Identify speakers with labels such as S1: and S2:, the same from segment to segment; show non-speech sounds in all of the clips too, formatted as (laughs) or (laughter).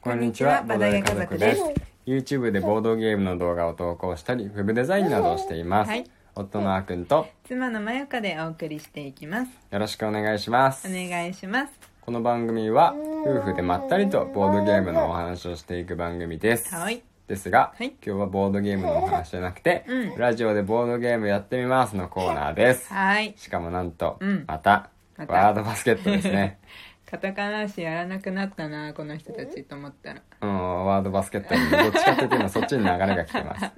S1: こんにちは、バダゲ家族です。YouTube でボードゲームの動画を投稿したり、ウェブデザインなどをしています。
S2: はい
S1: 夫のあーくんと、
S2: 妻のまよかでお送りしていきます。
S1: よろしくお願いします。
S2: お願いします。
S1: この番組は、夫婦でまったりとボードゲームのお話をしていく番組です。
S2: はい
S1: ですが、
S2: はい
S1: 今日はボードゲームのお話じゃなくて、
S2: うん
S1: ラジオでボードゲームやってみますのコーナーです。
S2: はい。
S1: しかもなんと、
S2: うん
S1: また、
S2: また
S1: ワードバスケットですね。
S2: カタカナ足やらなくなったな、この人たちと思ったら。
S1: うん、ワードバスケットにどっちかというと今そっちに流れが来てます。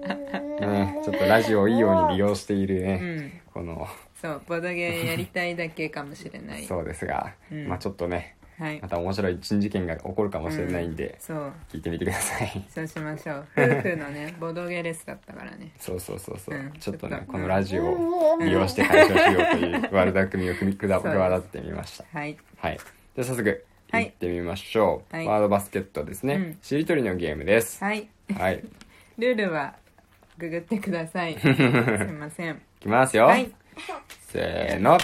S1: ね、ちょっとラジオをいいように利用している
S2: う
S1: ね、
S2: ん。
S1: この、
S2: そう、ボードゲームやりたいだけかもしれない。
S1: そうですが、
S2: うん
S1: まあちょっとね、
S2: はい
S1: ま。た面白い珍事件が起こるかもしれないんで、
S2: そう。
S1: 聞いてみてください。
S2: そうしま
S1: (laughs)
S2: しょう。夫婦のね、ボードゲーレスだったからね。
S1: そうそうそうそう、
S2: うん
S1: ちょっと
S2: ちょ
S1: ね
S2: っと
S1: このラジオを利用して解消しようという悪巧みを組みくだ
S2: そうです
S1: わだってみました
S2: はい。
S1: はいじゃあ早速
S2: はい
S1: 行ってみましょう、
S2: はい
S1: ワードバスケットですね、
S2: うん
S1: しりとりのゲームです
S2: はい。
S1: はい、い、
S2: ルールは、ググってくだ
S1: (laughs)
S2: さい。すいません。
S1: きますよ、
S2: はい。
S1: せーの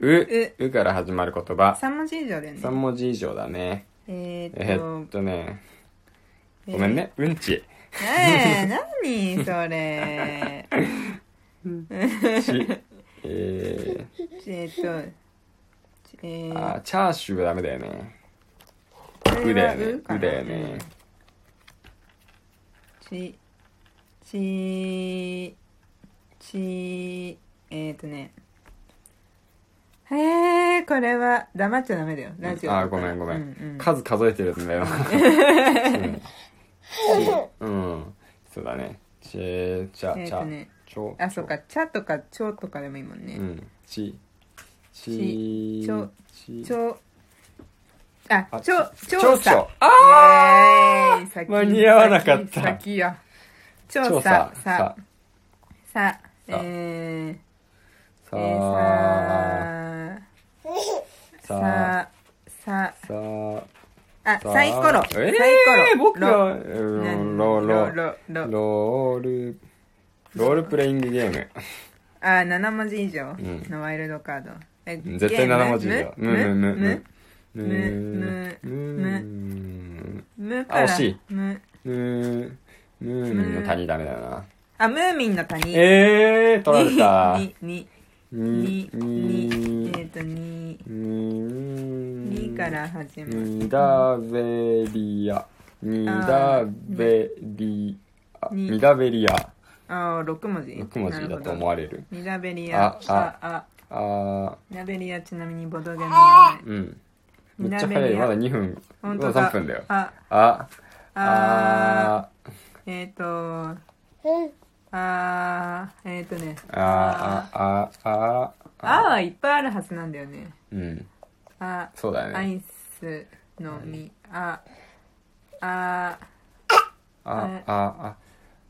S1: ううから始まる言葉
S2: 3文字以上だよね。
S1: 3文字以上だね
S2: え
S1: え
S2: ー
S1: ー
S2: っ
S1: っ
S2: と。
S1: とねごめんね、うんち
S2: えー。えー、何そ
S1: (laughs)
S2: れ。
S1: ちえー、
S2: (laughs) えーっと、えー、
S1: あーチャーシューはダメだよね
S2: こ
S1: う
S2: れ
S1: だ
S2: は
S1: よねう
S2: かな
S1: だよね
S2: ち、ち、ち、えっ、とね。えー、これは黙っちゃダメだよ。ラジオだから。
S1: あーごめんごめん、
S2: ううん
S1: 数数えてるんだようん、うん、そうだねちーちゃ
S2: えー
S1: ちゃ、
S2: とね
S1: ちょ
S2: あ、そうか、ちゃとかちょとかでもいいもん
S1: う
S2: ね。
S1: んちち
S2: ちょ
S1: ち
S2: ちょ、あ、
S1: あ
S2: ちょ、
S1: ち
S2: ち
S1: ょ
S2: ょ
S1: うちょあ
S2: あー先
S1: 間に合わなかった
S2: 先先よ。ち
S1: ちょ
S2: ょ
S1: う
S2: さ
S1: さ、
S2: さ、さ、え
S1: ささ
S2: ー、え
S1: さ
S2: ー
S1: さ
S2: ささ
S1: さ
S2: あ
S1: さ
S2: サイコロサ
S1: え
S2: イ
S1: ー
S2: コロ
S1: 僕
S2: ロ
S1: はうんロロ
S2: ロロロ
S1: ロールロールプレイングゲーム
S2: あ七文字以上
S1: ん
S2: のワイルドカードえ
S1: うん絶対
S2: ゲーム
S1: 7文字以上
S2: むむむむ
S1: む
S2: む
S1: む
S2: む
S1: む
S2: むから
S1: あ惜しい
S2: む
S1: ムームーミンの谷ダメだよな。
S2: あムーミンの谷
S1: えー、取られた。
S2: にに
S1: に
S2: にににえっ
S1: に
S2: とに
S1: に
S2: にから始まる
S1: にだべりあ。にだべりあ。
S2: に
S1: にだべりあ。
S2: あ六文字
S1: 6文字だと思
S2: わ
S1: われる。
S2: ニラベリ
S1: あ
S2: ア
S1: あ
S2: あ
S1: あ
S2: ニラベリアちなみにボドゲの名前
S1: ー、うん。め
S2: に
S1: っ
S2: だ
S1: ちゃ
S2: べりあ
S1: 早い。まだ2分。ま
S2: 本
S1: だ
S2: 当
S1: 3分だよ。
S2: あ
S1: あ、
S2: あ
S1: あー、
S2: ーえっ、とあーえっ、とね
S1: あー、あー、あー、あー、
S2: あはいっぱいあるはずなんだよね
S1: うん。
S2: あ
S1: そうだ
S2: ア
S1: よね。
S2: イスの実あ
S1: あ、
S2: あ
S1: あ、あ、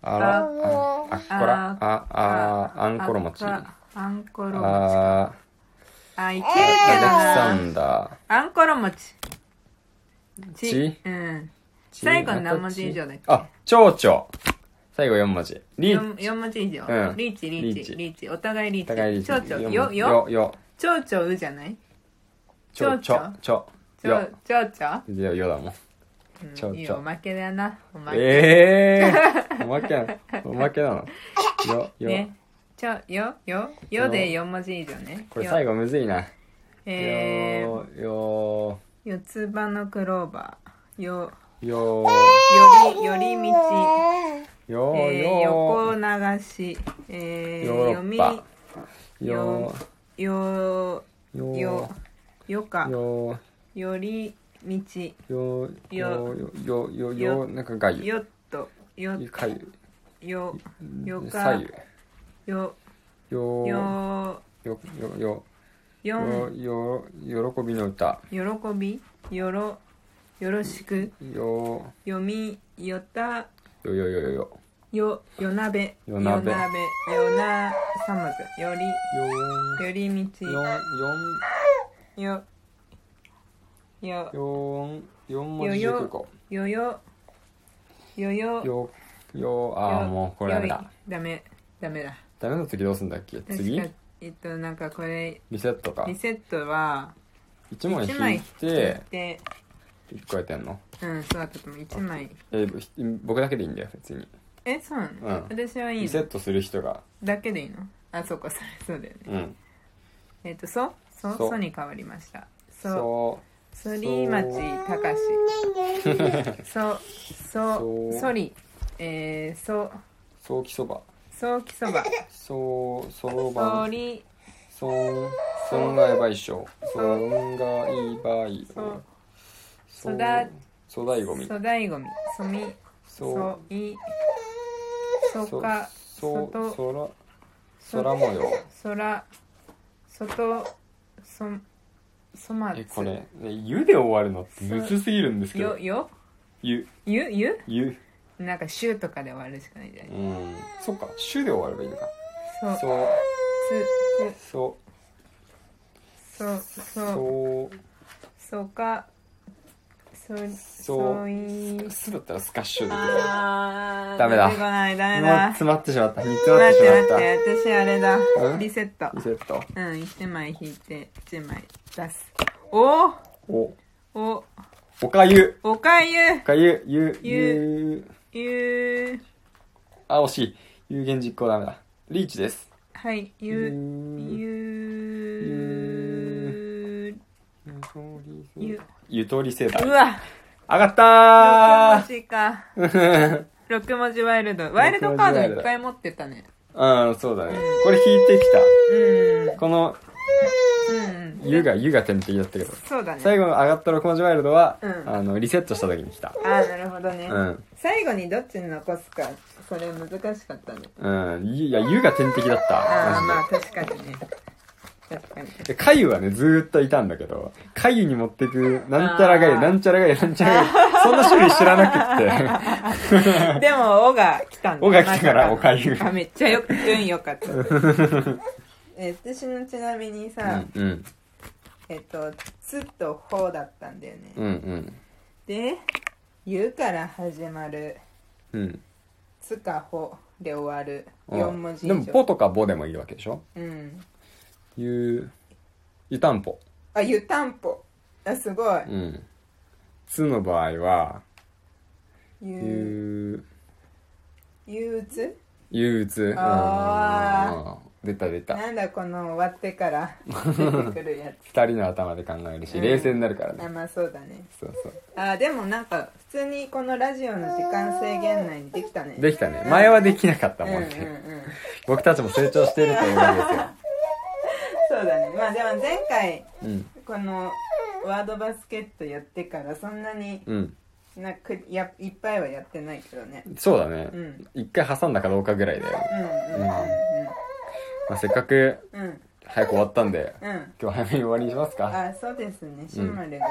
S1: あら、あ、あっこら、あ、あ、あんころ餅。
S2: ああんころ餅あ
S1: あ
S2: いける
S1: ー、ア
S2: けど
S1: レキサ
S2: な
S1: ンダー。
S2: あんころ餅ち
S1: ち
S2: うん
S1: ち
S2: 最後の何文字以上だっけ
S1: あ、蝶々。最後四文字。リー
S2: 四四文字以上、
S1: うん
S2: リーチリー
S1: リー
S2: チ
S1: チ
S2: リーチお互いリーチ
S1: 高いリーチ
S2: ちょうちょ
S1: 四文字
S2: よよ
S1: よ、
S2: ちょうちょうじゃない
S1: ちょ、ちょ
S2: 蝶々、
S1: ちょ、
S2: ちょ
S1: よ
S2: う、ちょうちょ
S1: よ、よだもん。
S2: うん
S1: ちょうちょ
S2: いいよおまけだなおまけ、
S1: ええー、おまけなの、おまけなの。よ、よ
S2: ね。、ちょよよよで4文字以上ね
S1: これ最
S2: 後
S1: 後むずいな。
S2: えー、
S1: よ、よ、
S2: 四つ葉のクローバーよ
S1: よ、
S2: よりより道、え
S1: よ、
S2: ー、横
S1: よ、
S2: 流しえー、
S1: ヨーロ
S2: 読
S1: ッ
S2: み
S1: パ。よ、よ、
S2: よよ
S1: よ、
S2: よか
S1: よ、
S2: より道
S1: よ、よ、よ、よ、よ、なんかがゆ。
S2: よっとよ
S1: かゆ。
S2: よよ
S1: 左
S2: か
S1: 右。
S2: よ
S1: よ、よ、よ、
S2: よ
S1: よ、
S2: よん
S1: よよ喜びの歌
S2: 喜びよろよろしく
S1: よ
S2: 読みよた
S1: よよよよよ
S2: よ、よなべ。
S1: よなべ
S2: よなべ。よな、三文字。より、より道。
S1: よ
S2: よ、よ、
S1: よよ四文字熟語
S2: よよ、よよ、
S1: よよああもうこれなんだ。
S2: ダメ、ダメだ。
S1: ダメな時どうすんだっけ
S2: 確
S1: 次
S2: かえっと、なんかこれ、
S1: リセットか
S2: リセットは、
S1: 一枚
S2: 一
S1: 引い
S2: 引い
S1: て
S2: て、
S1: 1個やってんの
S2: うんそうだったと思う1枚
S1: えーひ僕だけでいいんだよ別に
S2: えそうなの、
S1: うん
S2: 私はいい
S1: リセッ
S2: の
S1: トする人が
S2: だけでいいのあそうかそれそうだよね
S1: うん
S2: えっ、とソソ
S1: ソ
S2: ソに変わりましたソ
S1: そ
S2: ソリマチタカシソソ
S1: ソ
S2: ソリえー、ソ
S1: うソーキそば
S2: ソーキそば
S1: ソーそろば
S2: ソリ
S1: そん損害賠償損害賠償
S2: ソ
S1: そ
S2: そだ
S1: 粗大ごみ
S2: ソダイゴミソミ
S1: そ
S2: ソイソカ
S1: そ
S2: そ
S1: そ
S2: ソ
S1: ら空模様
S2: ソラソトソソマツ
S1: えこれね湯で終わるのってむずすぎるんですけ
S2: よ
S1: ど
S2: よ
S1: 湯
S2: ゆゆ
S1: 湯
S2: なんかシュとかで終わるしかないじゃな
S1: う
S2: い
S1: んそっか週で終わればいいのか
S2: ソ
S1: そ
S2: つ
S1: そ
S2: つソソ
S1: そ
S2: ソかソソイ
S1: すだったらスカッシュでいけ
S2: あー
S1: ダメだ
S2: 出てこないダメ
S1: もう
S2: だ
S1: 詰まってしまった煮詰まっ
S2: 待
S1: て
S2: っ
S1: してまっ
S2: 待
S1: た
S2: って私あれだ
S1: ん
S2: リセット
S1: リセット
S2: うん1枚引いて1枚出すおー
S1: お
S2: お
S1: おかゆ
S2: おかゆ
S1: おかゆゆ
S2: ゆ
S1: ゆ
S2: ゆ
S1: あ惜しい有言実行ダメだリーチです
S2: はいゆ
S1: ゆ
S2: ゆゆ
S1: ゆとり世代
S2: う
S1: 上
S2: わ
S1: がったー
S2: 6文字か
S1: (laughs) うん
S2: 6文字ワイルドワイルドカードいっぱい持ってたね
S1: うんそうだねこれ引いてき
S2: うんうん
S1: たこの
S2: うん
S1: ゆがゆが点滴だったけど
S2: そうだね
S1: 最後の上がった6文字ワイルドは、
S2: うん
S1: あのリセットした時に来た
S2: ああなるほどね、
S1: うん
S2: 最後にどっちに残すかそれ難しかったね
S1: うんいやゆが天敵だった
S2: ああま
S1: マ
S2: あ確かにね確かに
S1: ジでかゆはねずーっといたんだけどかゆに持ってくなんちゃらがゆ
S2: あー
S1: なんちゃらがゆなんちゃらが
S2: (laughs)
S1: ゆそんな種類知らなくって (laughs)
S2: でも「お」が来たんだ
S1: おが来たからおかゆ
S2: あめっちゃよ運よかったえ私のちなみにさ、
S1: うん
S2: えっと「つ」と「ほ」だったんだよね、
S1: うんうん
S2: で「ゆ」から始まる
S1: うんうん
S2: 「つ」か「ほ」で終わる
S1: うん
S2: 4文字以
S1: で
S2: 上
S1: も「ぽ」とか「ぼ」でもいいわけでしょ
S2: うん
S1: ゆゆたんぽ
S2: あ湯たんぽあすごい
S1: うん「つ」の場合は
S2: ゆ
S1: ゆ
S2: 憂鬱
S1: 憂鬱
S2: あ
S1: うん出た出た
S2: なんだこの終わってから出てくるやつ
S1: 二人の頭で考えるし、
S2: うん
S1: 冷静になるからね
S2: あまあそうだね
S1: そうそう
S2: あでもなんか普通にこのラジオの時間制限内にできたね
S1: できたね前はできなかったもんね、
S2: うんうんうん
S1: 僕たちも成長していると思うんですよ
S2: そうだねまあでも前回
S1: うん
S2: このワードバスケットやってからそんなに
S1: うん
S2: なんかやいっぱいはやってないけどね
S1: そうだね
S2: うん
S1: 一、回挟んだかどうかぐらいだよ、
S2: うんうん
S1: まあ、せっかく
S2: うんうん
S1: 早く終わったんで
S2: うんうん
S1: 今日早めに終わりにしますか
S2: あそうですねシンマルが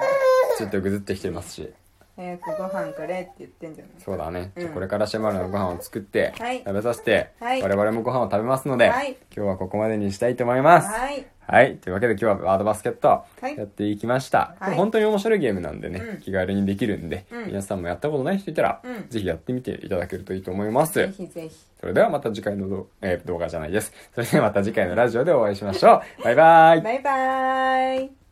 S1: ちょっとぐずってきてますし
S2: 早くご飯くれって言ってんじゃない
S1: そうだね、
S2: うん
S1: じゃあこれからシェマルのご飯を作って、
S2: はい
S1: 食べさせて、
S2: はい
S1: 我々もご飯を食べますので、
S2: はい
S1: 今日はここまでにしたいと思います
S2: はい
S1: はい。というわけで今日はワードバスケット
S2: はい
S1: やっていきました。
S2: はい
S1: 本当に面白いゲームなんでね、
S2: うん
S1: 気軽にできるんで、
S2: うん
S1: 皆さんもやったことない人いたら、
S2: うん
S1: ぜひやってみていただけるといいと思います。
S2: ぜひぜひ
S1: それではまた次回のど、えー動画じゃないです。それではまた次回のラジオでお会いしましょう。バイバイ。
S2: バイバーイ